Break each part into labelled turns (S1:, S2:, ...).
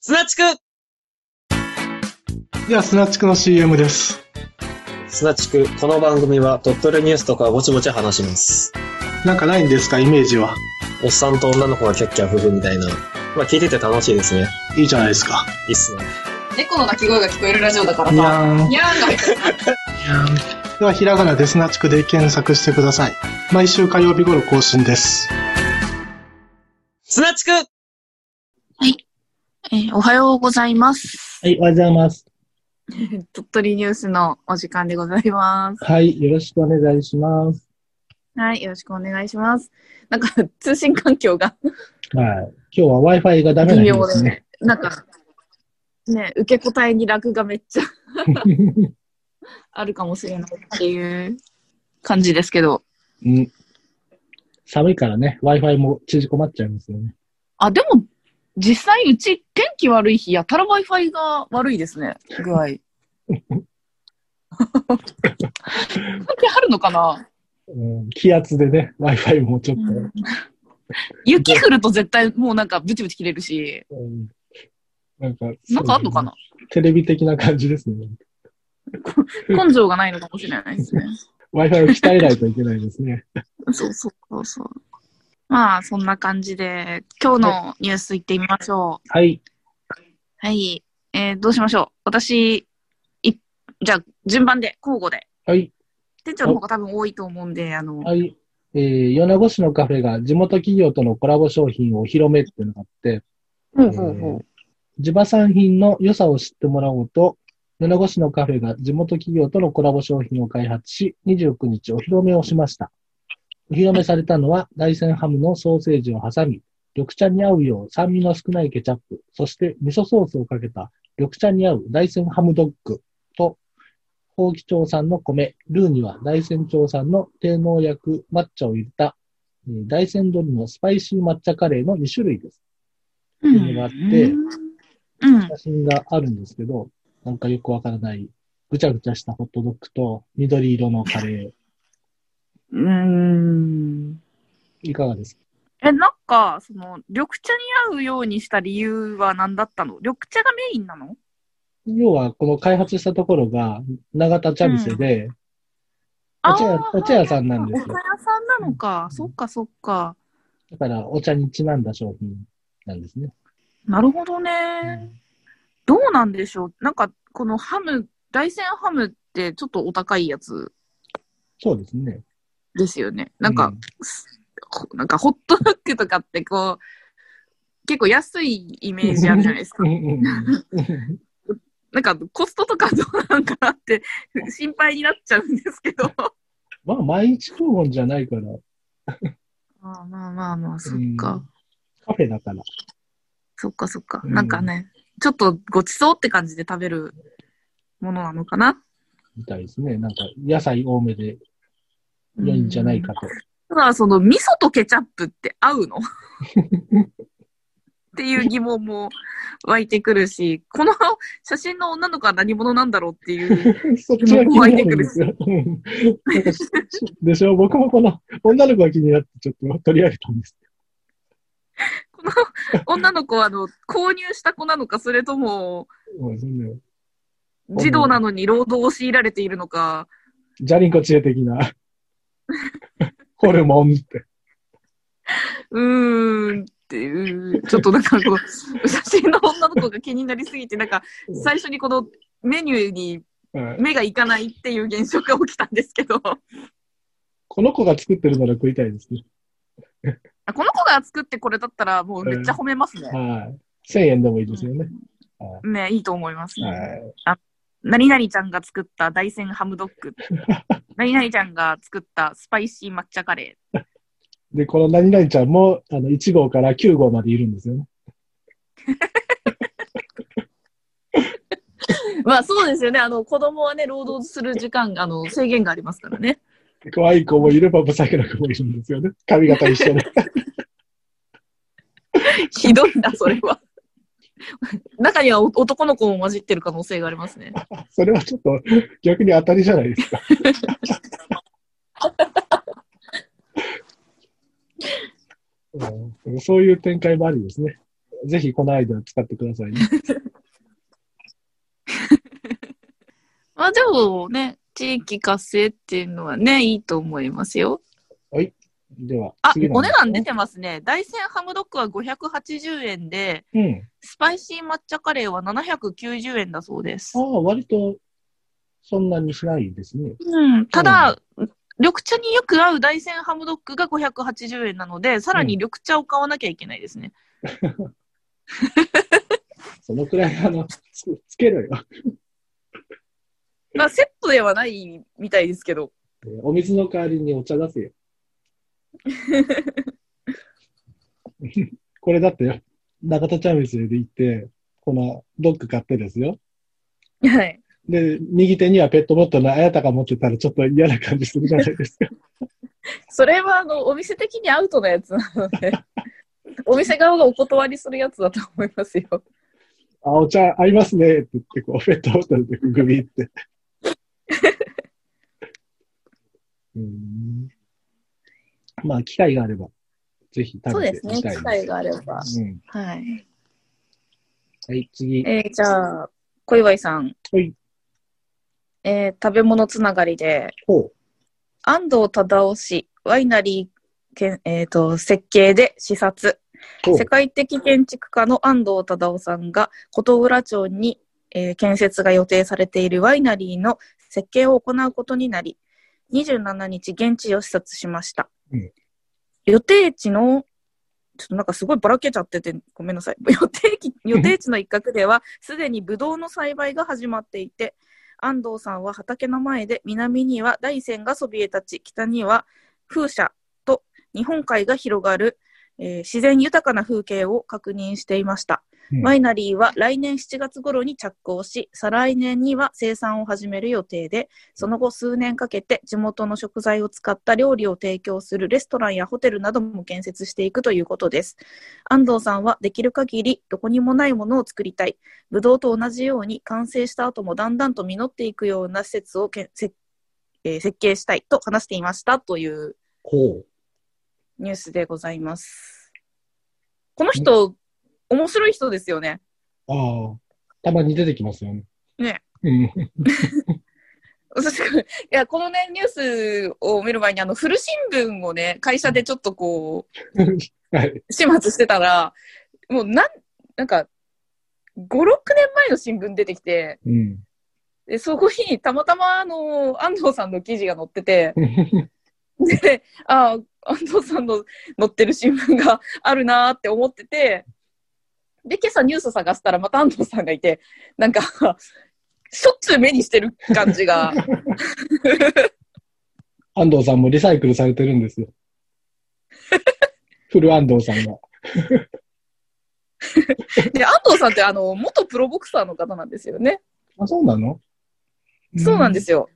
S1: 砂地区
S2: では、スナチクの CM です。
S1: 砂地区、この番組は鳥取ニュースとかぼちぼち話します。
S2: なんかないんですか、イメージは。
S1: おっさんと女の子がキャッキャ夫婦みたいな。まあ聞いてて楽しいですね。
S2: いいじゃないですか。
S1: いいっすね。
S3: 猫の鳴き声が聞こえるラジオだから
S2: に
S3: さ。
S2: ゃーん。
S3: にゃーんが入ってる
S2: では、ひらがなでスナチクで検索してください。毎週火曜日頃更新です。
S1: 砂地区
S4: えーおはようございます。
S5: はい、おはようございます。
S4: 鳥取ニュースのお時間でございます。
S5: はい、よろしくお願いします。
S4: はい、よろしくお願いします。なんか、通信環境が、
S5: はい。今日は Wi-Fi がダメな日ですね。
S4: なんか、ね、受け答えに楽がめっちゃあるかもしれないっていう感じですけど。
S5: うん。寒いからね、Wi-Fi も縮こまっちゃいますよね。
S4: あ、でも、実際、うち天気悪い日、やたら Wi-Fi が悪いですね、具合。関係あるのかな
S5: うん、気圧でね、Wi-Fi もちょっ
S4: 雪降ると絶対もうなんかブチブチ切れるし、
S5: と、うん、なんか、
S4: なんかあんのかな
S5: テレビ的な感じですね。
S4: 根性がないのかもしれないですね。
S5: Wi-Fi を鍛えないといけないですね。
S4: そうそうそうそう。まあ、そんな感じで、今日のニュースいってみましょう。
S5: はい。
S4: はい。えーどうしましょう私、い、じゃあ、順番で、交互で。
S5: はい。
S4: 店長の方が多分多いと思うんで、あの、
S5: はい。えー、米子市のカフェが地元企業とのコラボ商品をお披露目っていうのがあって、
S4: ほう
S5: ほうほ地場産品の良さを知ってもらおうと、米子市のカフェが地元企業とのコラボ商品を開発し、29日お披露目をしました。お披露目されたのは、大山ハムのソーセージを挟み、緑茶に合うよう酸味の少ないケチャップ、そして味噌ソースをかけた緑茶に合う大山ハムドッグと、宝木町産の米、ルーには大山町産の低農薬抹茶を入れた、えー大山鶏のスパイシー抹茶カレーの2種類です。
S4: う
S5: いうのがあって
S4: うん。
S5: 写真があるんですけど、なんかよくわからない、ぐちゃぐちゃしたホットドッグと緑色のカレー、
S4: うん。
S5: いかがですか
S4: え、なんか、その、緑茶に合うようにした理由は何だったの緑茶がメインなの
S5: 要は、この開発したところが、長田茶店で、お茶屋
S4: あー
S5: お茶屋さんなんですよ
S4: お茶屋さんなのか。そっかそっか。
S5: だからお茶にちなんだ商品なんですね。
S4: なるほどね。どうなんでしょうなんか、このハム、大山ハムってちょっとお高いやつ
S5: そうですね。
S4: ですよね。なんか、
S5: う
S4: すほなんかホットドッグとかってこう、結構安いイメージあるじゃない ですか
S5: う。んうん うん
S4: なんかコストとかどうなんかなって心配になっちゃうんですけ ど。
S5: まあ、毎日食うもんじゃないから、
S4: まあまあまあまあ、そっ
S5: う
S4: か
S5: ん。カフェだから。
S4: そっかそっか。
S5: うん
S4: なんかね、ちょっとごちそうって感じで食べるものなのかな。
S5: みたいですね。なんか、野菜多めで良いんじゃないかと。
S4: ただ、その、味噌とケチャップって合う のっていう疑問も湧いてくるし、この写真の女の子は何者なんだろうって いう。
S5: そっちが気になるんですよ。うんなんかしでしょ僕もこの女の子が気になってちょっと取り上げたんです。
S4: この女の子は、あの、購入した子なのか、それとも、
S5: うんそんな
S4: 児童なのに労働を強いられているのか、
S5: ジャリンコ知恵的な。ホルモンって。
S4: うーんっていう、ちょっとなんかこの、写真の女の子が気になりすぎて、なんか、最初にこのメニューに
S5: うん
S4: 目がいかないっていう現象が起きたんですけど。
S5: この子が作ってるなら食いたいですね。
S4: あこの子が作ってこれだったら、もうめっちゃ褒めますね。
S5: はい。1000円でもいいですよね。
S4: ね、いいと思います、ね
S5: はい。
S4: 何々ちゃんが作った大山ハムドッ グ。何々ちゃんが作ったスパイシー抹茶カレ
S5: で、この何々ちゃんも、あの、1号から9号までいるんですよね。
S4: ー。まあそうですよね。あの、子供はね、労働する時間、あの、制限がありますからね。
S5: 可愛い子もいれば、ブサイクな子もいるんですよね。髪型一緒で。
S4: ひどいな、それは。中にはお男の子も混じってる可能性がありますね。
S5: それはちょっと逆に当たりじゃないですか。うんそういう展開もありですね。ぜひこのアイデアを使ってくださいね。
S4: まあでもね、地域活性っていうのはね、いいと思いますよ。
S5: では、
S4: あ、
S5: 次の
S4: お値段出てますね。大山ハムドッグは580円で、
S5: うん。
S4: スパイシー抹茶カレーは790円だそうです
S5: あ。あ、割と、そんなにしないですね。
S4: うん、ただ、緑茶によく合う大山ハムドッグが580円なので、さらに緑茶を買わなきゃいけないですね。
S5: そのくらい、あの、つつけろよ。
S4: まあ、セットではないみたいですけど。
S5: えーお水の代わりにお茶 出せよ。これだってよ、中田茶店で行って、このドッグ買ってですよ。
S4: はい。
S5: で、右手にはペットボトルのあやたが持ってたらちょっと嫌な感じするじゃないで すか。
S4: それは、あの、お店的にアウトなやつなので、 お店側がお断りするやつだと思いますよ。
S5: あ、お茶合いますねって言って、こう、ペットボトルでグ ビって。うんまあ、機会があれば、ぜひ食べてみたい
S4: があれば
S5: うん、
S4: はい。
S5: はい、次。
S4: えーじゃあ、小祝さん。
S5: はい。
S4: えー食べ物つながりで、
S5: ほう。
S4: 安藤忠雄氏、ワイナリーけん、えー、と設計で視察。
S5: ほう
S4: 世界的建築家の安藤忠雄さんが琴浦町に、えー建設が予定されているワイナリーの 設計を行うことになり、27日現地を視察しました。
S5: うん
S4: 予定地のちょっとなんかすごいばらけちゃってて、ごめんなさい。 予定地予定地の一角では、すでにブドウの栽培が始まっていて、安藤さんは畑の前で南には大山がそびえ立ち北には風車と日本海が広がる、えー自然豊かな風景を確認していました、
S5: うん
S4: ワイナリーは来年7月頃に着工し再来年には生産を始める予定でその後数年かけて地元の食材を使った料理を提供するレストランやホテルなども建設していくということです安藤さんはできる限りどこにもないものを作りたいブドウと同じように完成した後もだんだんと実っていくような施設をけんせ、えー設計したいと話していましたという
S5: ほう。
S4: ニュースでございます。この人、面白い人ですよね。
S5: ああ。たまに出てきますよね。
S4: ね。
S5: うん。
S4: 私いや、このね、ニュースを見る前に、あの、古新聞をね、会社でちょっとこう、
S5: はい。
S4: 始末してたら、もう、なん、なんか、5、6年前の新聞出てきて、
S5: うん。
S4: でそこにたまたま、あの、安藤さんの記事が載ってて、で、ああ、安藤さんの載ってる新聞があるなーって思ってて、で、今朝ニュース探したらまた安藤さんがいて、なんか、しょっちゅう目にしてる感じ が。
S5: 安藤さんもリサイクルされてる んですよ。フル安藤さんが。
S4: で、安藤さんってあの、元プロボクサーの方なんですよね。
S5: あ、そうなの。
S4: そうなんですすよ。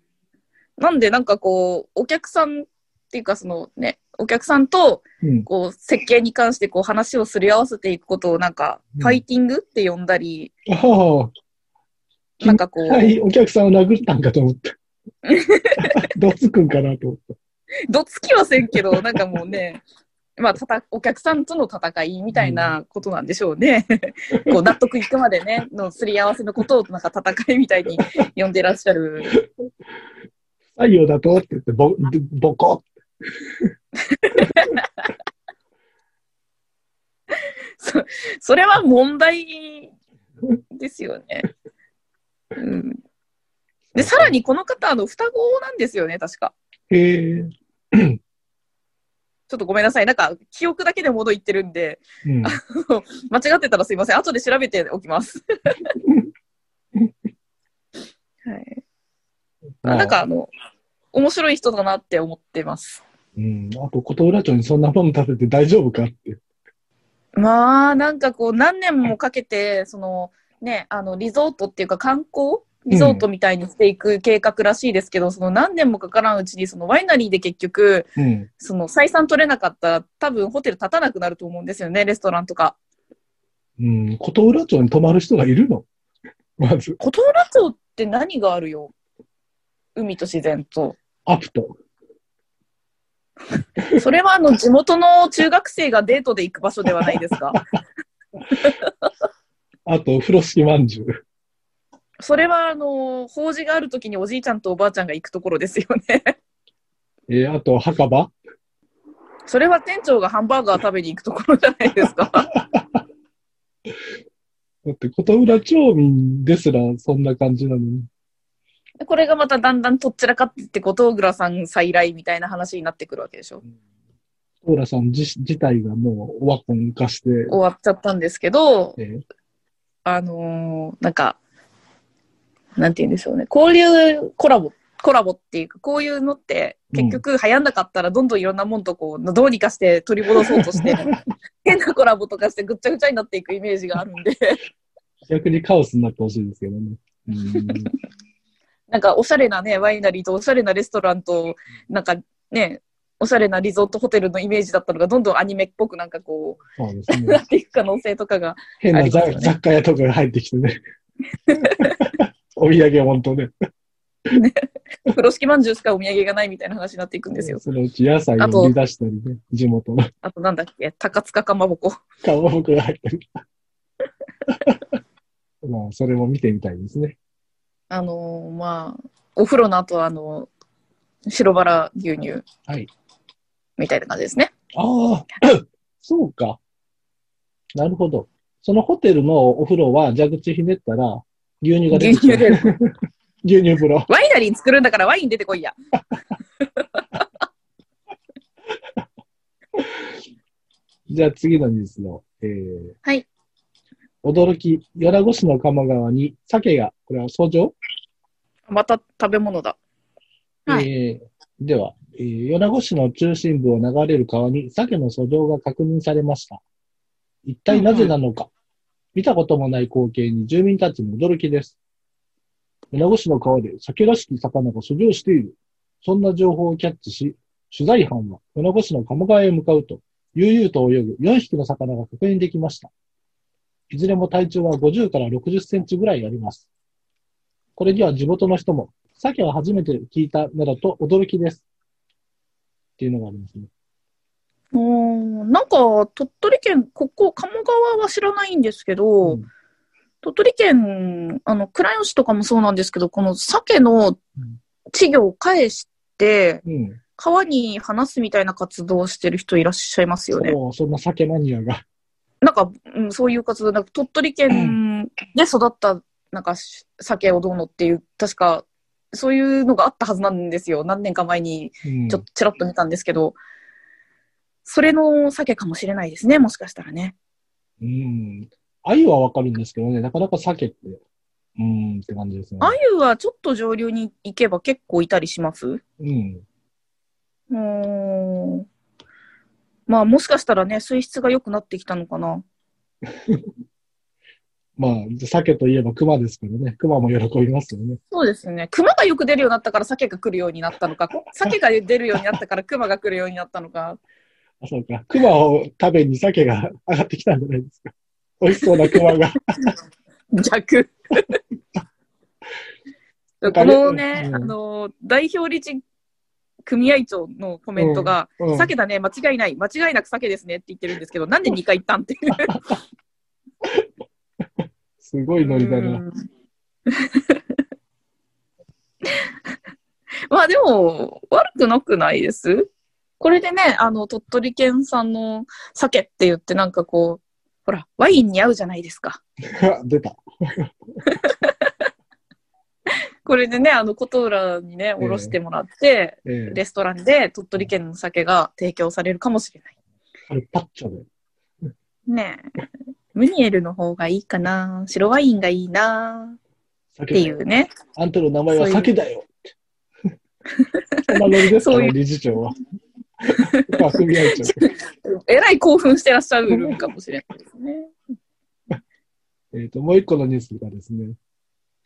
S4: なんで、なんかこう、お客さんっていうか、そのね、お客さんと、
S5: うん。
S4: こう、設計に関してこう、話をすり合わせていくことを、なんか、
S5: うん
S4: ファイティングって呼んだり、
S5: ああ。
S4: なんかこう、
S5: はい、お客さんを殴ったんかと思 った。どつくんかなと思った。
S4: どつきはせんけど、なんかもうね、まあ、たたお客さんとの戦いみたいなことなんでしょう ね。こう納得いくまでね、のすり合わせのことをなんか戦いみたいに呼んでらっしゃる。
S5: 採用だとって言って、ぼ、ぼこっ
S4: そそれは問題ですよね。うん、で、さらにこの方、あの双子なんですよね、確か。
S5: て。へえ。
S4: ちょっとごめんなさい。なんか、記憶だけで戻言ってるんで、
S5: うん。
S4: 間違ってたらすいません。後で調べておき ます。はい。
S5: まあ
S4: なんかあの、面白い人だなって思ってます。
S5: うん。あと、琴浦町にそんなもの建てて大丈夫かって。
S4: まあ、なんかこう、何年もかけて、その、ね、あの、リゾートっていうか観光リゾートみたいにしていく計画らしいですけど、その何年もかからんうちに、そのワイナリーで結局、
S5: うん。
S4: その採算取れなかったら、多分ホテル立たなくなると思うんですよね、レストランとか。
S5: うん。琴浦町に泊まる人がいるのまず、
S4: 琴浦町って何があるよ海と自然と。
S5: アプト。
S4: それはあの、地元の中学生がデートで行く場所ではないですか
S5: あと、風呂敷まんじゅう。
S4: それは、あの、法事があるときにおじいちゃんとおばあちゃんが行くところですよね。
S5: えーあと、墓場
S4: それは店長がハンバーガー食べに行くところじゃないですか。
S5: だって、琴浦町民ですらそんな感じなのに。
S4: これがまただんだんとっちらかってって、後藤倉さん再来みたいな話になってくるわけでしょ。
S5: 琴浦さん自自体がもうオワコン化して、
S4: 終わっちゃったんですけど、
S5: えー
S4: あのーなんか、なんて言うんでしょうね。交流コラボ、コラボっていうか、こういうのって、結局流行んなかったら、どんどんいろんなもんとこう、どうにかして取り戻そうと して、変なコラボとかしてぐっちゃぐちゃになっていくイメージがあるんで、
S5: 逆にカオスになってほしいですけどね。うん
S4: なんかおしゃれなね、ワイナリーとおしゃれなレストランと、なんかね、おしゃれなリゾートホテルのイメージだったのが、どんどんアニメっぽくなんかこ
S5: そうです
S4: う、
S5: ね
S4: な。っていく可能性とかが
S5: 変な
S4: あ
S5: 雑,、
S4: りますよね
S5: 雑貨屋とかが入ってきて ね。お土産本当ね。
S4: 風呂敷まんじゅうしかお土産がないみたいな話になっていくんですよ。
S5: そのうち野菜を売り出したりね、地元の
S4: あとなんだっけ、高塚かまぼこ。
S5: かまぼこが入ってる。 まあ、それも見てみたいですね。
S4: あのーまあ、お風呂の後は、あの白バラ牛乳。
S5: はい
S4: みたいな感じですね。
S5: ああ、 そうか。なるほど。そのホテルのお風呂は蛇口ひねったら牛乳が出
S4: 牛
S5: て
S4: 乳
S5: きて、
S4: で。
S5: 牛乳風呂。
S4: ワイナリー作るんだからワイン出てこいや。
S5: じゃあ次のニュースの、えー、
S4: はい。
S5: 驚き、米子市の鴨川に鮭が、これは遡上
S4: また食べ物だ。はい
S5: えーでは、えー米子市の中心部を流れる川に鮭の遡上が確認されました。一体なぜなのか、見たこともない光景に住民たちも驚きです。米子市の川で鮭らしき魚が遡上している。そんな情報をキャッチし、取材班は米子市の鴨川へ向かうと、悠々と泳ぐ4匹の魚が確認できました。いずれも体長は50から60センチぐらいあります。これには地元の人も、鮭は初めて聞いたなどと驚きです。っていうのがありますね。
S4: うーんなんか、鳥取県、ここ、鴨川は知らないんですけど、
S5: うん
S4: 鳥取県、あの、倉吉とかもそうなんですけど、この鮭の稚魚を返して、
S5: うん。
S4: 川に放すみたいな活動をしてる人いらっしゃいますよね。
S5: そう、そんな酒マニアが。
S4: なんか、うん、そういう活動、なんか鳥取県で育った、なんか、し鮭をどうのっていう、確か、そういうのがあったはずなんですよ。何年か前に、
S5: うん
S4: ちょっとちらっと見たんですけど、それの鮭かもしれないですね、もしかしたらね。
S5: うん。鮎はわかるんですけどね、なかなか鮭って、うんって感じですね。
S4: アユはちょっと上流に行けば結構いたりしますう
S5: うん。
S4: ーん。まあ、もしかしたらね、水質が良くなってきたのかな。
S5: まあ、鮭といえば熊ですけどね、熊も喜びますよね。
S4: そうですね。熊がよく出るようになったから鮭が来るようになったのか、鮭が出るようになったから熊が来るようになったのか、
S5: あ、そうか。熊を食べに鮭が上がってきたんじゃないですか。美味しそうな 熊が。
S4: 逆。
S5: ん
S4: このね、
S5: うん
S4: あの、代表理事組合長のコメントが、
S5: うん
S4: 鮭だね、間違いない、間違いなく鮭ですねって言ってるんですけど、なんで2回言ったんっていう。
S5: すごいノリだ
S4: う
S5: な。
S4: ん まあでも、悪くなくないです。これでね、あの、鳥取県産の鮭って言って、なんかこう、ほら、ワインに合うじゃないですか。
S5: 出た。
S4: これでね、あの、琴浦にね、おろしてもらって、
S5: ええ
S4: レストランで鳥取県の酒が提供されるかもしれない。
S5: カルパッチョで。
S4: ねえ。ムニエルの方がいいかな。白ワインがいいな。っ
S5: 鮭
S4: ていうね。
S5: あんたの名前は酒だよ。 そんなノリですか
S4: そうい
S5: ね、
S4: う
S5: 理事長は。まあ、組合長。
S4: えらい興奮してらっしゃるかもしれないですね。
S5: えっ、と、もう一個のニュースがですね、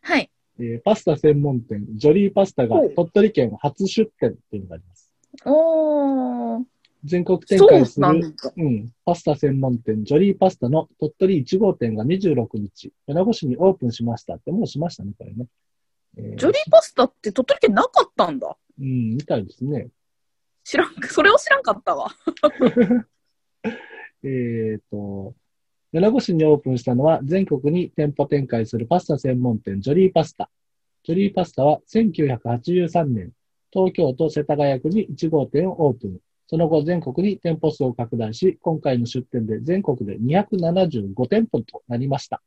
S4: はい。
S5: えーパスタ専門店、ジョリーパスタが鳥取県初出店っていうのがあります。
S4: おー。
S5: 全国展開
S4: そ
S5: す
S4: うな
S5: る、
S4: んだ。
S5: うん、パスタ専門店、ジョリーパスタの鳥取1号店が26日、米子市にオープンしましたって、もうしましたね、これね。えー
S4: ジョリーパスタって鳥取県なかったんだ。
S5: うん、みたいですね。
S4: 知らん、それを知らんかったわ。
S5: えっ、と、米子市にオープンしたのは全国に店舗展開するパスタ専門店ジョリーパスタ。ジョリーパスタは1983年、東京都世田谷区に1号店をオープン。その後全国に店舗数を拡大し、今回の出店で全国で275店舗となりました。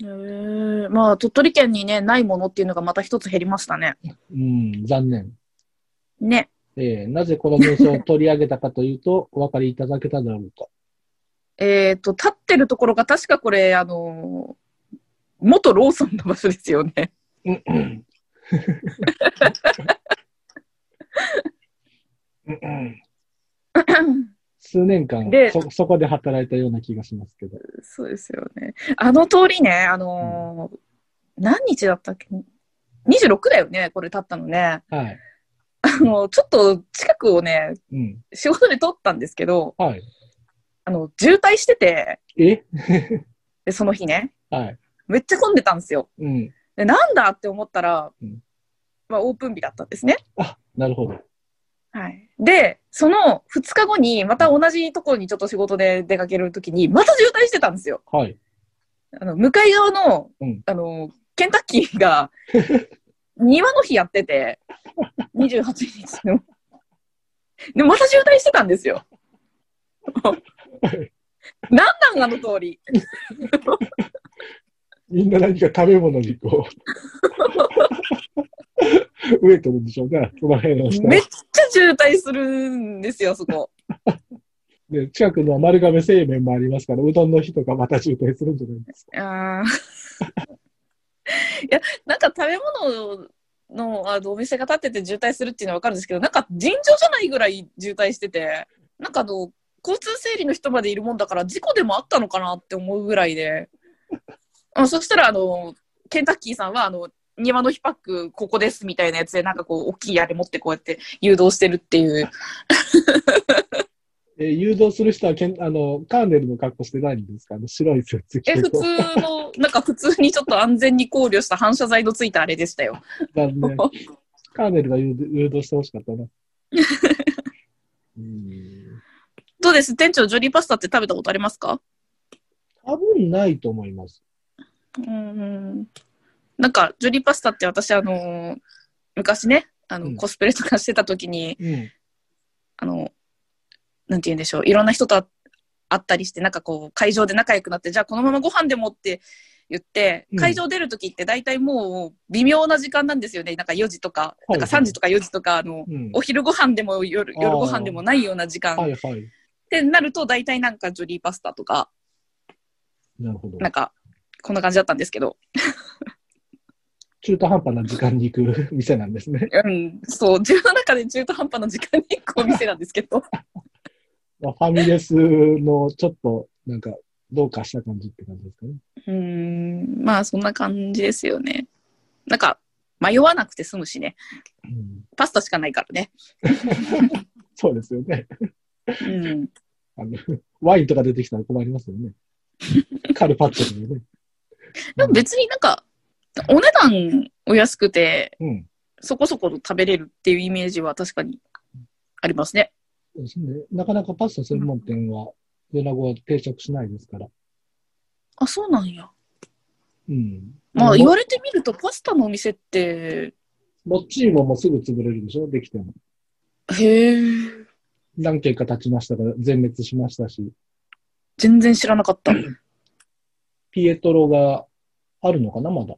S4: えー、まあ、鳥取県にね、ないものっていうのがまた一つ減りましたね。
S5: うん、残念。
S4: ね。
S5: えーなぜこのニュースを取り上げたかというと、お分かりいただけただろうか。
S4: えっ、と、立ってるところが確かこれ、あのー元ローソンの場所ですよね。
S5: 数年間
S4: で
S5: そ、そこで働いたような気がしますけど。
S4: そうですよね。あの通りね、あのー何日だったっけ ?26 だよね、これ立ったのね。
S5: はい。
S4: あの、ちょっと近くをね、
S5: うん。
S4: 仕事で通ったんですけど、
S5: はい。
S4: あの、渋滞してて、
S5: え
S4: でその日ね、
S5: はい。
S4: めっちゃ混んでたんですよ。
S5: うん。
S4: で、なんだって思ったら、
S5: うん
S4: まあ、オープン日だったんですね。
S5: あ、なるほど。
S4: はい。で、その2日後に、また同じところにちょっと仕事で出かけるときに、また渋滞してたんですよ。
S5: はい。
S4: あの、向かい側の、
S5: うん
S4: あの、ケンタッキー が、庭の日やってて、28日の。で、また渋滞してたんです よ。なんなん、あの通り。
S5: みんな何か食べ物にこう、飢えてるんでしょうね。その辺の人は
S4: めっちゃ渋滞するんですよ、そこ。
S5: で近くの丸亀製麺もありますから、うどんの日とかまた渋滞するんじゃないで すか。
S4: あーいや、なんか食べ物のあのお店が立ってて渋滞するっていうのはわかるんですけど、なんか尋常じゃないぐらい渋滞してて、なんかあの、交通整理の人までいるもんだから、事故でもあったのかなって思うぐらいで。あそしたら、あの、ケンタッキーさんは、あの、庭の日パック、ここですみたいなやつで、なんかこう、大きいあれ持ってこうやって誘導してるっていう。
S5: えー誘導する人はけんあの、カーネルの格好してないんですかあの白いスーツ着
S4: え、
S5: て
S4: 普
S5: こう
S4: 通の、なんか普通にちょっと安全に考慮した反射材のついたあれでしたよ。
S5: 残念。カーネルが誘導誘導してほし かったな。うん
S4: どうです店長、ジョリーパスタって食べたことありますか
S5: 多分ないと思います。
S4: うん。なんか、ジョリーパスタって私、あのー昔ね、あの、
S5: うん
S4: コスプレとかしてた時に、
S5: うん。
S4: あの、なんて言うんでしょう、いろんな人とあ会ったりして、なんかこう、会場で仲良くなって、じゃあこのままご飯でもって言って
S5: う、ん
S4: 会場出る時って大体もう微妙な時間なんですよね。なんか4時とか、な
S5: は
S4: いんか3時とか4時とか、あの、
S5: うん、
S4: お昼ご飯でも夜夜ご飯でもないような時間
S5: は
S4: っ
S5: いはい。
S4: てなると大体なんかジョリーパスタとか
S5: なるほど。
S4: なんか、こんな感じだったんですけど。
S5: 中途半端な時間に行く店なんで すね。
S4: うん、そう、自分の中で中途半端な時間に行くお店なんですけど。
S5: まあファミレスのちょっと、なんか、どうかした感じって感じですかね。
S4: うん、まあそんな感じですよね。なんか、迷わなくて済むしね。
S5: うん、
S4: パスタしかないからね。
S5: そうですよね。
S4: うん。
S5: あの、ワインとか出てきたら困ります よね。カルパッチョとかね。
S4: でも別になんか、お値段お安くて、
S5: うん。
S4: そこそこ食べれるっていうイメージは確かにありますね。
S5: そうですね。なかなかパスタ専門店は、米子は定着しないですから。
S4: あ、そうなんや。
S5: うん。
S4: まあ
S5: の
S4: 言われてみるとパスタのお店って、
S5: もっちーももうすぐ潰れるでしょできても。
S4: へえ、
S5: 何軒か経ちましたから全滅しましたし、
S4: 全然知らなかった。
S5: ピエトロがあるのかなまだ。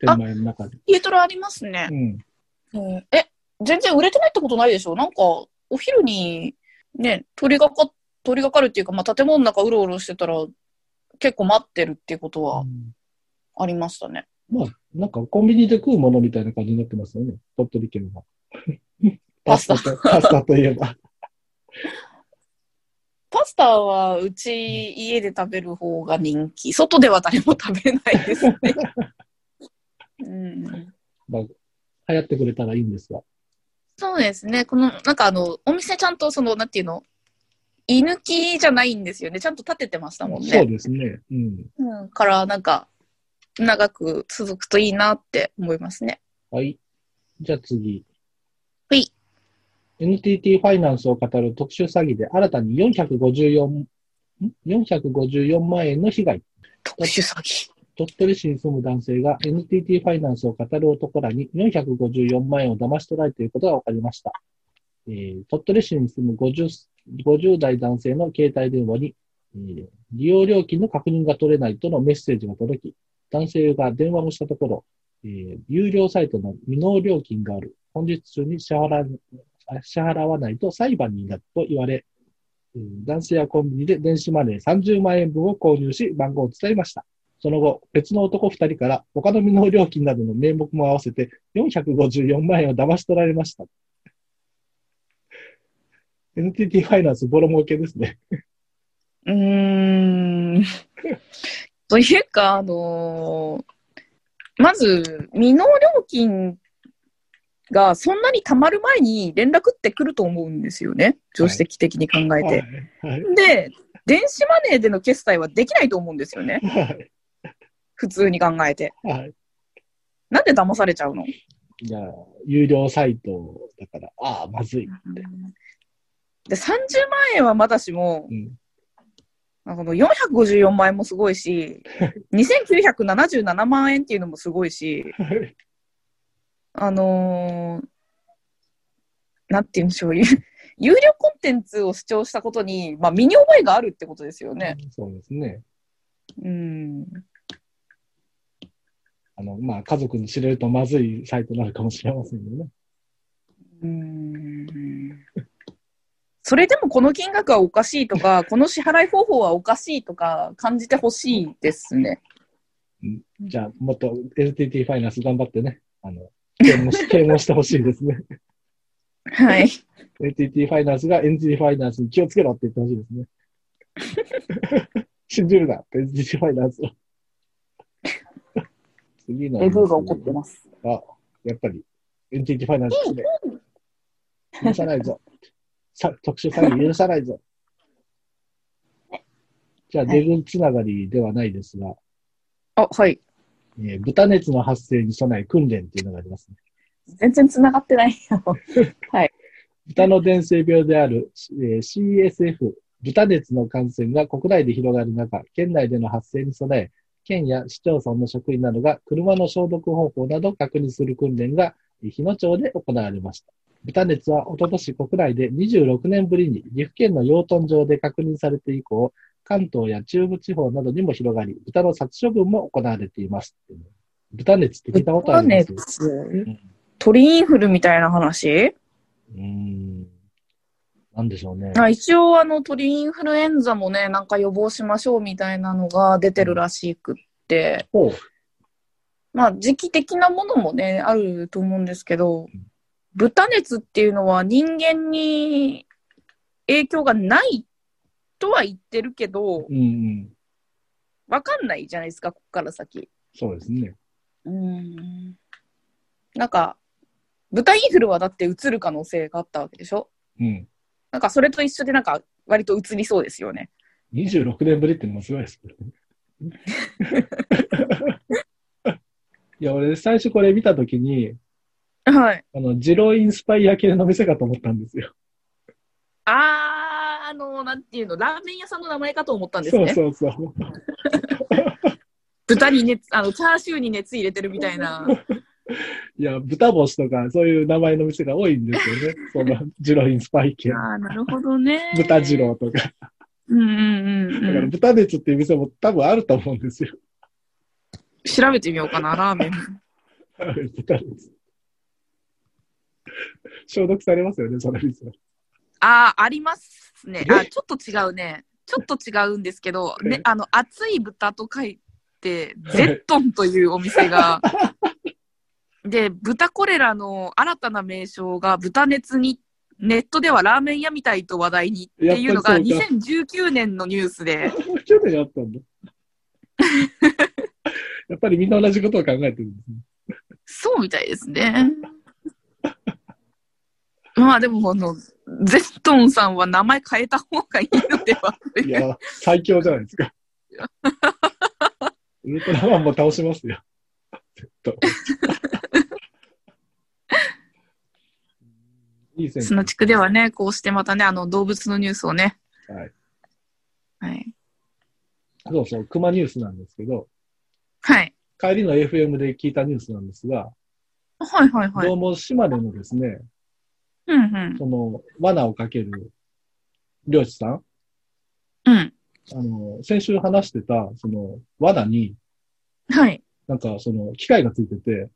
S5: 店前の中で。
S4: 家トラありますね
S5: う。ん。
S4: うんえ、全然売れてないってことないでしょなんか、お昼に、ね、通りがか、通りがかるっていうか、まあ、建物の中うろうろしてたら、結構待ってるっていうことはありましたね。
S5: まあ、なんかコンビニで食うものみたいな感じになってますよね。鳥取県は。
S4: パスタ
S5: と、パスタといえば。
S4: パスタは、うち、家で食べる方が人気。外では誰も食べないですね。うん、
S5: まあ、流行ってくれたらいいんですが。
S4: そうですね。この、なんかあの、お店ちゃんと、その、なんていうの、居抜きじゃないんですよね。ちゃんと立ててましたもんね。
S5: そうですね。うん。
S4: うん、から、なんか、長く続くといいなって思いますね。
S5: はい。じゃあ次。
S4: はい。
S5: NTT ファイナンスを語る特殊詐欺で新たに454ん454万円の被害。
S4: 特殊詐欺。
S5: 鳥取市に住む男性が NTT ファイナンスを語る男らに454万円を騙し取られていることが分かりました。えー鳥取市に住む 50, 50代男性の携帯電話に、えー利用料金の確認が取れないとのメッセージが届き、男性が電話をしたところ、えー有料サイトの未納料金がある。本日中に支払うあ支払わないと裁判になると言われ、えー男性はコンビニで電子マネー30万円分を購入し、番号を伝えました。その後、別の男2人から他の未納料金などの名目も合わせて454万円を騙し取られました。NTT ファイナンスボロ儲けですね。
S4: うーん。 というか、あのーまず、未納料金がそんなに貯まる前に連絡ってくると思うんですよね。常識的に考えて。
S5: はい。
S4: で、電子マネーでの決済はできないと思うんですよね。
S5: はい。
S4: 普通に考えて。
S5: はい。
S4: なんで騙されちゃうの
S5: いや、有料サイトだから、ああ、まずい。
S4: で、30万円はまだしも
S5: う、ん。
S4: この454万円もすごい し、2977万円っていうのもすごいし、
S5: はい。
S4: あのーなんて言うんでしょう、有有料コンテンツを主張したことに、まあ、身に覚えがあるってことですよね。
S5: そうですね。
S4: うん。
S5: あの、まあ、家族に知れるとまずいサイトになるかもしれませんよね。
S4: うん。それでもこの金額はおかしいとか、この支払い方法はおかしいとか感じてほしいですね。
S5: じゃあ、もっと NTT ファイナンス頑張ってね、あの、啓蒙し啓蒙してほしいですね。
S4: はい。
S5: NTT ファイナンスが NTT ファイナンスに気をつけろって言ってほしいですね。 信じるな、NTT ファイナンスを。次の。
S4: レブーが怒ってます。
S5: やっぱり NTT ファイナンスですね。許さないぞ。さ特殊詐欺許さないぞ。じゃあ、出口つながりではないですが、
S4: あ、はい。
S5: えー豚熱の発生に備え訓練っていうのがありますね。
S4: 全然繋がってないよ。はい。
S5: 豚の伝染病である、えー CSF、豚熱の感染が国内で広がる中、県内での発生に備え、県や市町村の職員などが車の消毒方法などを確認する訓練がえー日野町で行われました。豚熱はおととし国内で26年ぶりに岐阜県の養豚場で確認されて以降、関東や中部地方などにも広がり、豚の殺処分も行われています。豚熱って聞いたことあ
S4: 豚
S5: ります
S4: 熱、鳥インフルみたいな話
S5: うーん。なんでしょうね。
S4: あ一応あの鳥インフルエンザもねなんか予防しましょうみたいなのが出てるらしくって、
S5: ほう
S4: まあ時期的なものもねあると思うんですけど
S5: ん
S4: 豚熱っていうのは人間に影響がないとは言ってるけど
S5: うんうん。
S4: わかんないじゃないですかここから先。
S5: そうですね。
S4: うんなんか豚インフルはだってうつる可能性があったわけでしょ
S5: うん。
S4: なんかそれと一緒でなんか割とうつりそうですよね。
S5: 26年ぶりってのもすごいですけどね。いや、俺、最初これ見たときに、
S4: はい。
S5: あの、ジロインスパイア系の店かと思ったんですよ。
S4: あー、あの、なんていうの、ラーメン屋さんの名前かと思ったんです
S5: そ
S4: ね。
S5: うそうそう。
S4: 豚に熱、あの、チャーシューに熱入れてるみたい な。
S5: いや、豚星とか、そういう名前の店が多いんですよね。その、ジロインスパイ系。
S4: あー、なるほどね
S5: 豚ジロとか。
S4: うんうん
S5: だ
S4: うん
S5: か
S4: う
S5: ら、
S4: ん。
S5: 豚熱っていう店も多分あると思うんですよ。
S4: 調べてみようかな、ラーメン。
S5: 豚熱。消毒されますよね、その店は。
S4: あー、ありますね。あ、
S5: え
S4: ちょっと違うね。ちょっと違うんですけど、ね、あの、熱い豚と書いて、ゼットンというお店 が。で、豚コレラの新たな名称が豚熱に、ネットではラーメン屋みたいと話題にっていうのが
S5: やっぱりそうか
S4: 2019年のニュース で、
S5: 去年あったんだ。 やっぱりみんな同じことを考えてるんですね。
S4: そうみたいです ね。まあでも、この、ゼットンさんは名前変えた方がいいのではと
S5: い
S4: いう
S5: や、最強じゃないで すか。ウルトラマンも倒しますよ。絶 対。いい線
S4: その地区ではね、こうしてまたね、あの動物のニュースをね、
S5: はい
S4: はい。
S5: そうそう、熊ニュースなんですけど、
S4: はい。
S5: 帰りの FM で聞いたニュースなんですが、
S4: はいはいは
S5: ど
S4: い。
S5: うも島根のですね、
S4: うんうん。
S5: その、罠をかける漁師さん、
S4: うん。
S5: あの、先週話してた、その、罠に、
S4: はい。
S5: なんかその、機械がついてて、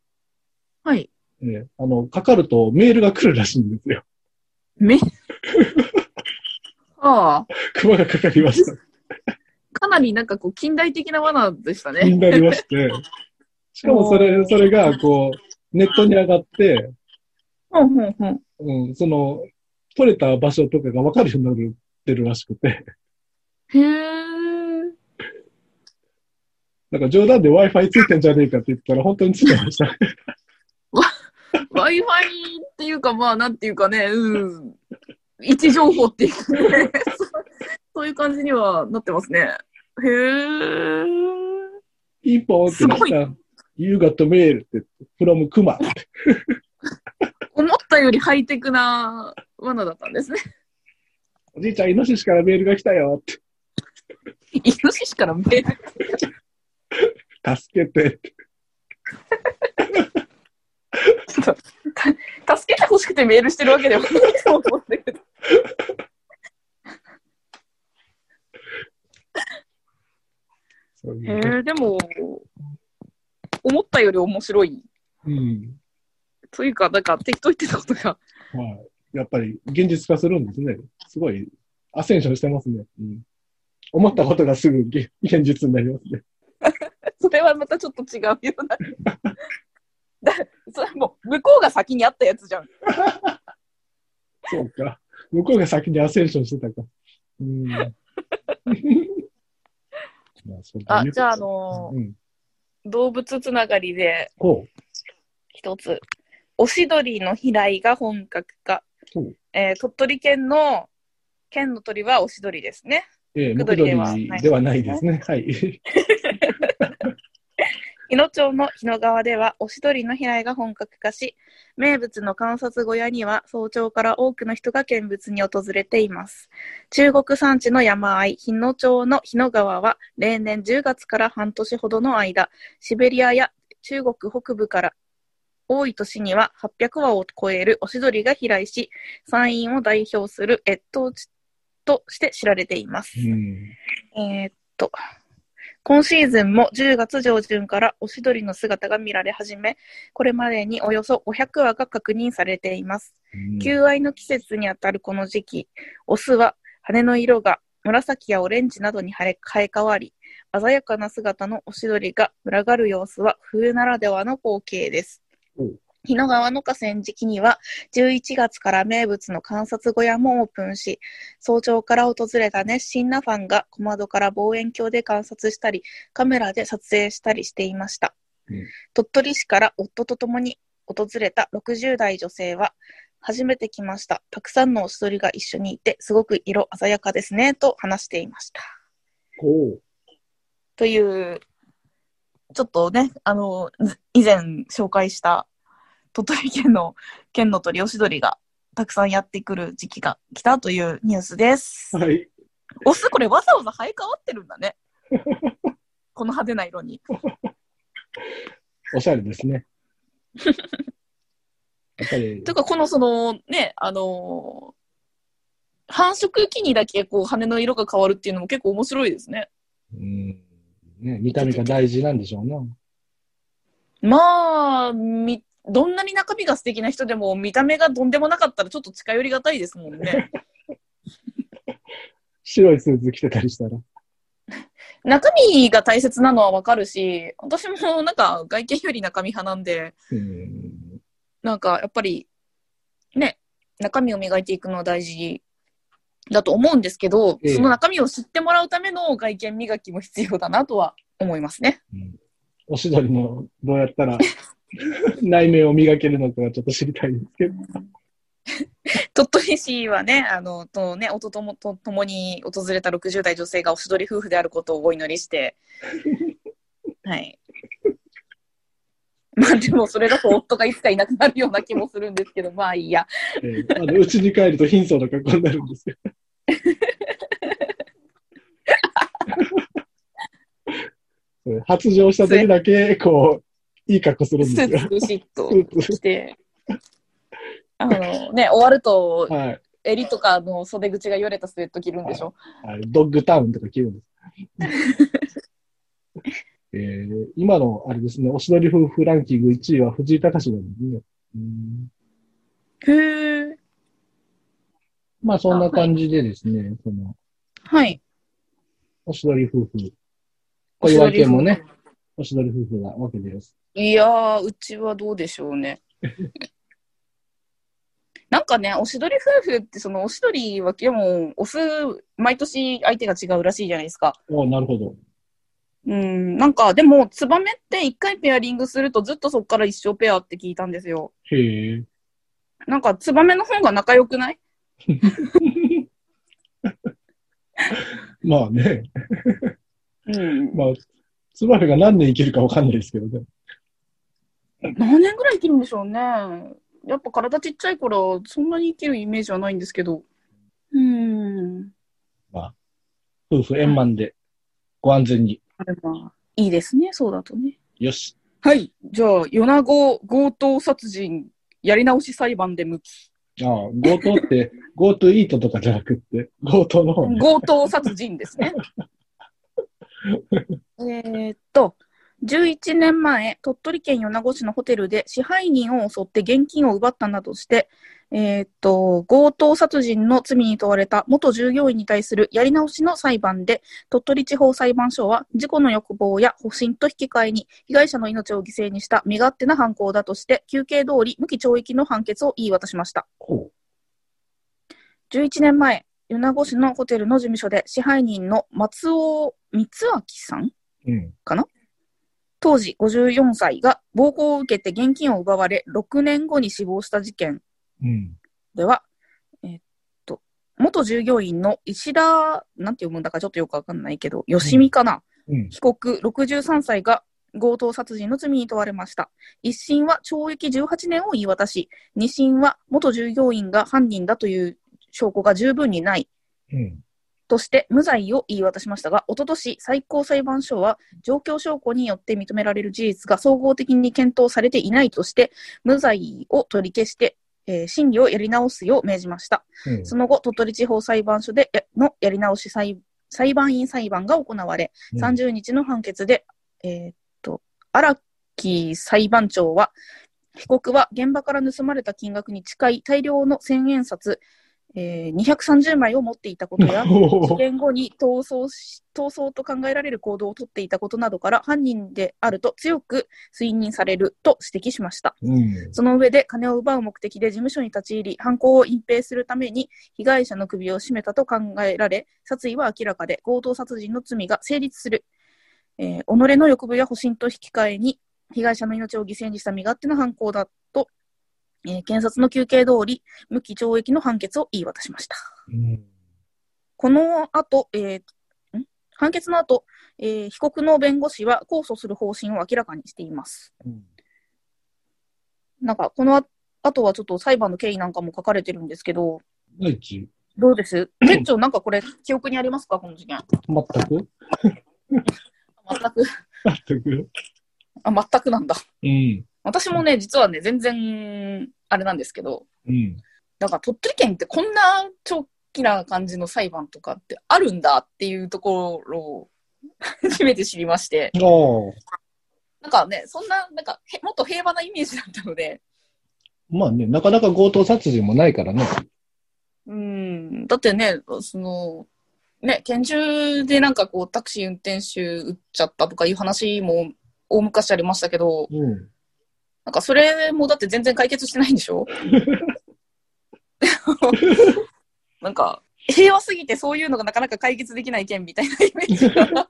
S4: はい。
S5: えーあの、かかるとメールが来るらしいんですよ。
S4: め、 ああ、
S5: 熊がかかりました。
S4: かなりなんかこう近代的な罠でした
S5: に
S4: ね。
S5: なりまして、しかもそれ、それが、こう、ネットに上がって、
S4: ほうほうほう。
S5: うん、その、取れた場所とかがわかるようになってるらしくて、
S4: へえ。
S5: なんか冗談で Wi-Fi ついてんじゃねえかって言ったら、本当について ました。
S4: Wi-Fi っていうか、まあ、なんていうかね、うん。位置情報っていうかねそうそういう感じにはなってますね。へえ。
S5: ピンポンってなっ
S4: すごい
S5: た。You got mail って、from 熊。
S4: 思ったよりハイテクな罠だったんですね。
S5: おじいちゃん、イノシシからメールが来たよって、
S4: イノシシからメール。
S5: 助けてって。
S4: 助けてほしくてメールしてるわけではないと思うんだけど。
S5: そうい
S4: へ
S5: うね
S4: え、でも、思ったより面白い。
S5: うん。
S4: というか、なんか適当言ってたことが。
S5: まあ、やっぱり現実化するんですね。すごい、アセンションしてますね。うん。思ったことがすぐ現現実になりますね。
S4: それはまたちょっと違うような。だそれはもう向こうが先にあったやつじゃん。
S5: そうか。向こうが先にアセンションしてたか。うん。 まあ、そうだ
S4: あ
S5: ね、
S4: じゃあ、あの
S5: うん。
S4: ー動物つながりで
S5: こ
S4: 一つ。オシドリの飛来が本格化
S5: ほう。
S4: えー鳥取県の、県の鳥はオシドリですね。
S5: う、ええ、ム
S4: ム
S5: ク
S4: ク
S5: ド
S4: ド
S5: リ
S4: リ
S5: で
S4: で
S5: は
S4: は
S5: な
S4: ないい
S5: で
S4: ですす
S5: ね。はい。
S4: 日野町の日野川ではオシドリの飛来が本格化し、名物の観察小屋には早朝から多くの人が見物に訪れています。中国山地の山あい、日野町の日野川は例年10月から半年ほどの間、シベリアや中国北部から多い年には800羽を超えるオシドリが飛来し、山陰を代表する越冬地として知られています。
S5: うん。
S4: えーっと、今シーズンも10月上旬からオシドリの姿が見られ始め、これまでにおよそ500羽が確認されています。求愛の季節にあたるこの時期、オスは羽の色が紫やオレンジなどに生え生え変わり、鮮やかな姿のオシドリが群がる様子は冬ならではの光景です
S5: うん。
S4: 日野川の河川敷には11月から名物の観察小屋もオープンし、早朝から訪れた熱心なファンが小窓から望遠鏡で観察したり、カメラで撮影したりしていました。
S5: うん
S4: 鳥取市から夫と共に訪れた60代女性は、初めて来ました。たくさんのおしどりが一緒にいて、すごく色鮮やかですね、と話していました。
S5: こう。
S4: という、ちょっとね、あの、ず以前紹介した鳥取県の県の鳥、おしどりがたくさんやってくる時期が来たというニュース です。
S5: はい。
S4: オスこれわざわざ生え変わってるんだね。この派手な色に。
S5: おしゃれで すね。やっぱり
S4: と、いうか、このそのね、あのー繁殖期にだけこう羽の色が変わるっていうのも結構面白いですね。
S5: うん。ね、見た目が大事なんでしょうな。
S4: まあ、み、どんなに中身が素敵な人でも見た目がとんでもなかったらちょっと近寄りがたいですもんね。
S5: 白いスーツ着てたりしたら。
S4: 中身が大切なのはわかるし、私もなんか外見より中身派なんで、
S5: うん。
S4: なんかやっぱりね、中身を磨いていくのは大事だと思うんですけど、
S5: ええ
S4: その中身を知ってもらうための外見磨きも必要だなとは思いますね。
S5: おしどりの、どうやったら、 内面を磨けるのかがちょっと知りたいですけど。
S4: 鳥取市はね、あの、とね、夫ともと共に訪れた60代女性がおしどり夫婦であることをお祈り して、はい。まあでもそれだと夫がいつかいなくなるような気もするんですけど、まあいいや。
S5: え ーあの、うちに帰ると貧相な格好になるんですよ。発情した時だけ、こう、いい格好するん
S4: ス
S5: ですよ
S4: ー。ツビシッと
S5: スーツ
S4: 着て、あのね、終わると、
S5: はい。
S4: 襟とかの袖口がよれたスウェット着るんでしょ。
S5: はいドッグタウンとか着るんです。 えー今の、あれですね、おしどり夫婦ランキング1位は藤井隆なんですね。うん
S4: へえ。
S5: まあ、そんな感じでですね、その、
S4: はい。
S5: おしどり夫婦。小岩家もね、おしどり夫婦なわけです。
S4: いやー、うちはどうでしょう ね。なんかね、おしどり夫婦って、そのおしどりは、でも、オス、毎年相手が違うらしいじゃないですか。
S5: おなるほど。
S4: うん、なんか、でも、ツバメって一回ペアリングするとずっとそこから一生ペアって聞いたんですよ。
S5: へえ。
S4: なんか、ツバメの方が仲良くない
S5: まあね、
S4: うん。
S5: まあ、つばめが何年生きるかわかんないですけどね。
S4: 何年ぐらい生きるんでしょうね。やっぱ体ちっちゃいから、そんなに生きるイメージはないんですけど。うん。
S5: 夫婦円満で、ご安全に。
S4: あれはいいですね、そうだとね。
S5: よし。
S4: はい。じゃあ、米子強盗殺人やり直し裁判で向き。
S5: ああ、強盗って、強盗イートとかじゃなくって、強盗の方ね。
S4: 強盗殺人ですね。えーっと、11年前、鳥取県米子市のホテルで支配人を襲って現金を奪ったなどして、えーっと、強盗殺人の罪に問われた元従業員に対するやり直しの裁判で、鳥取地方裁判所は事故の欲望や保身と引き換えに被害者の命を犠牲にした身勝手な犯行だとして、求刑通り無期懲役の判決を言い渡しました。
S5: ほ
S4: 11年前、米子市のホテルの事務所で支配人の松尾光明さん、
S5: う。うん。
S4: 当時54歳が暴行を受けて現金を奪われ、6年後に死亡した事件
S5: うん。
S4: では、えっと、元従業員の石田、なんて読むんだかちょっとよくわかんないけど、吉見かな、
S5: うん。
S4: 被告63歳が強盗殺人の罪に問われました。一審は懲役18年を言い渡し、二審は元従業員が犯人だという証拠が十分にない
S5: うん。
S4: として無罪を言い渡しましたが、おととし最高裁判所は状況証拠によって認められる事実が総合的に検討されていないとして、無罪を取り消して、えー審理をやり直すよう命じました。
S5: うん
S4: その後、鳥取地方裁判所でやのやり直し裁裁判員裁判が行われ、
S5: うん
S4: 30日の判決で、えーっと、荒木裁判長は、被告は現場から盗まれた金額に近い大量の千円札、えー、230枚を持っていたことや、事
S5: おー
S4: 件後に逃走し逃走と考えられる行動をとっていたことなどから犯人であると強く推認されると指摘しました。
S5: うん。
S4: その上で金を奪う目的で事務所に立ち入り、犯行を隠蔽するために被害者の首を絞めたと考えられ、殺意は明らかで強盗殺人の罪が成立する。えー己の欲望や保身と引き換えに被害者の命を犠牲にした身勝手な犯行だと、えー検察の求刑通り無期懲役の判決を言い渡しました。
S5: うん
S4: この後、えーん判決の後、えー被告の弁護士は控訴する方針を明らかにしています。
S5: うん
S4: なんか、このあ後はちょっと裁判の経緯なんかも書かれてるんですけど、
S5: 第一、
S4: どうです店長、なんかこれ、記憶にありますかこの事件。
S5: 全く
S4: 全く、
S5: 全く。
S4: あ、全くなんだ。
S5: うん。
S4: 私もね、実はね、全然、あれなんですけど、
S5: うん。
S4: なんか鳥取県ってこんな長期な感じの裁判とかってあるんだっていうところを 初めて知りまして、
S5: ああ。
S4: なんかね、そんな、なんかへ、もっと平和なイメージだったので、
S5: まあね、なかなか強盗殺人もないからね。
S4: うん、だってね、その、ね、拳銃でなんかこう、タクシー運転手撃っちゃったとかいう話も大昔ありましたけど、
S5: うん。
S4: なんかそれもだって全然解決してないんでし ょなんか、平和すぎてそういうのがなかなか解決できない件みたいなイメージが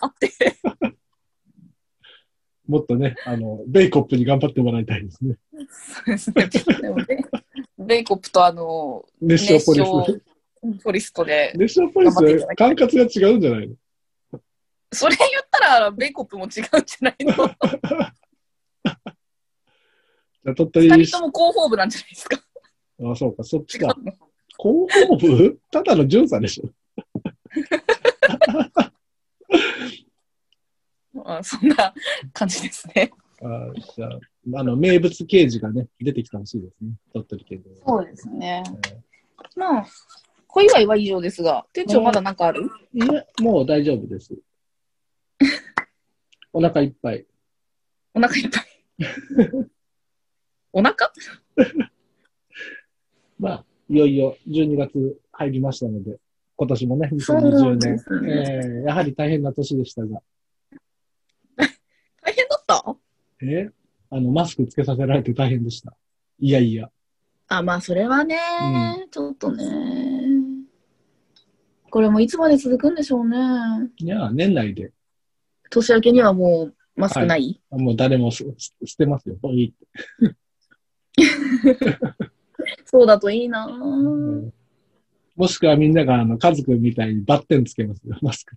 S4: あって、
S5: もっとね、あの、ベイコップに頑張ってもらいたいですね。
S4: そうですね。でもね、ベイコップとあの、
S5: 熱唱ポリス。
S4: ポリストで
S5: 熱唱ポリス
S4: 頑張っていただ、きた
S5: 管轄が違うんじゃないの
S4: それ言ったら、ベイコップも違うんじゃないの
S5: じゃあ鳥
S4: 二
S5: 取市
S4: 人とも広報部なんじゃないですか。
S5: あ、そうか、そっち
S4: 違
S5: か。
S4: うの
S5: 広報部ただの巡査でしょ。
S4: あ、そんな感じですね。
S5: あじゃあ、あの、名物刑事がね、出てきてほしいですね。鳥取県で。
S4: そうですね。まあ、小祝いは以上ですが、店長まだなんかある
S5: いや、もう大丈夫 です。お腹いっぱい。
S4: お腹いっぱい。 お腹
S5: まあ、いよいよ12月入りましたので、今年もね、2020年。
S4: そうなんで
S5: えーやはり大変な年でしたが、
S4: 大変だった
S5: えーあの、マスクつけさせられて大変でした。いやいや。
S4: あ、まあ、それはね、ちょっとね。これもいつまで続くんでしょうね。
S5: いや、年内で、
S4: 年明けにはもうマスクない、
S5: あもう誰もすす捨てますよ。もういいって
S4: そうだといいなぁ、
S5: うんもしくはみんなが、あの、カズくんみたいにバッテンつけますよ、マスク。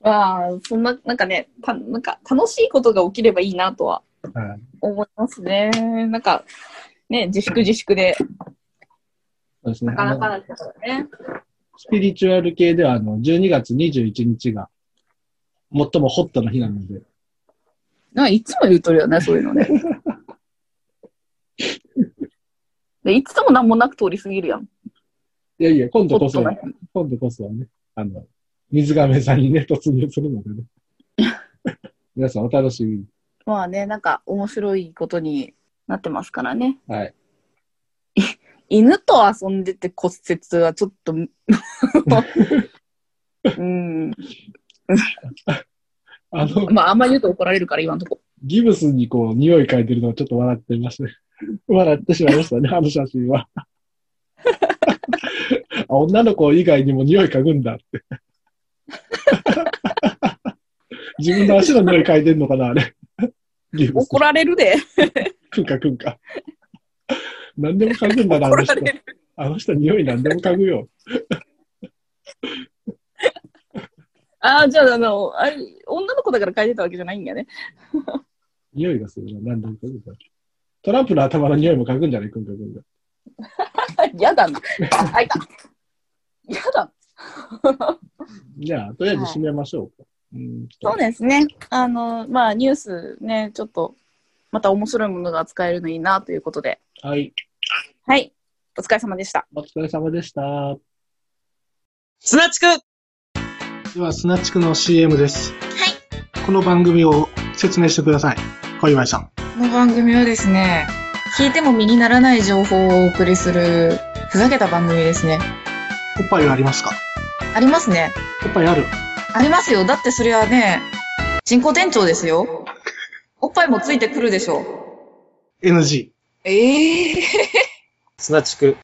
S4: まあ、そんな、なんかね、たなんか楽しいことが起きればいいなとは
S5: はい
S4: 思いますね。なんか、ね、自粛自粛で、
S5: そうですね。
S4: なかな
S5: あ
S4: か
S5: の
S4: なんですよね。
S5: スピリチュアル系では、あの、12月21日が、最もホットな日なので、
S4: なんかいつも言うとるよね、そういうのね。でいつも何もなく通り過ぎるやん。
S5: いやいや、今度こそ
S4: ホット
S5: は、今度こそはね、あの、水亀さんにね、突入するので ね。皆さんお楽しみに。
S4: まあね、なんか面白いことになってますからね。
S5: はい。
S4: 犬と遊んでて骨折はちょっと、うん。
S5: あの、
S4: まあ、あんま言うと怒られるから、今のとこ。
S5: ギブスにこう、匂い嗅いでるのはちょっと笑ってます ね。笑ってしまいましたね、あの写真は。 あ女の子以外にも匂い嗅ぐんだって。 自分の足の匂い嗅いでんのかな、あれ。ギブス。
S4: 怒られるで。
S5: くんかくんか。何でも嗅ぐんだな、あ
S4: 怒
S5: の
S4: ら
S5: 人
S4: れ。る。
S5: あの人匂い何でも嗅ぐよ。
S4: ああ、じゃあ、あの、あれ、女の子だから書いてたわけじゃないんだね。
S5: 匂いがするな、何でも嗅ぐんだ。トランプの頭の匂いも嗅ぐんじゃないくんかくんか。
S4: や だな。あ、開いた。やだ。
S5: じゃあ、とりあえず締めましょうか。うん
S4: そうですね。あの、まあ、ニュースね、ちょっと、また面白いものが扱えるのいいなということで。
S5: はい。
S4: はい。お疲れ様でした。
S5: お疲れ様でした。
S1: 砂地区
S2: では、砂地区の CM です。はい。この番組を説明してください。小祝さん。
S3: この番組はですね、聞いても身にならない情報をお送りする、ふざけた番組ですね。
S2: おっぱいはありますか
S3: ありますね。
S2: おっぱいある。
S3: ありますよ。だってそれはね、人工店長ですよ。おっぱいもついてくるでしょ
S2: NG。
S3: ええー。
S1: 砂地区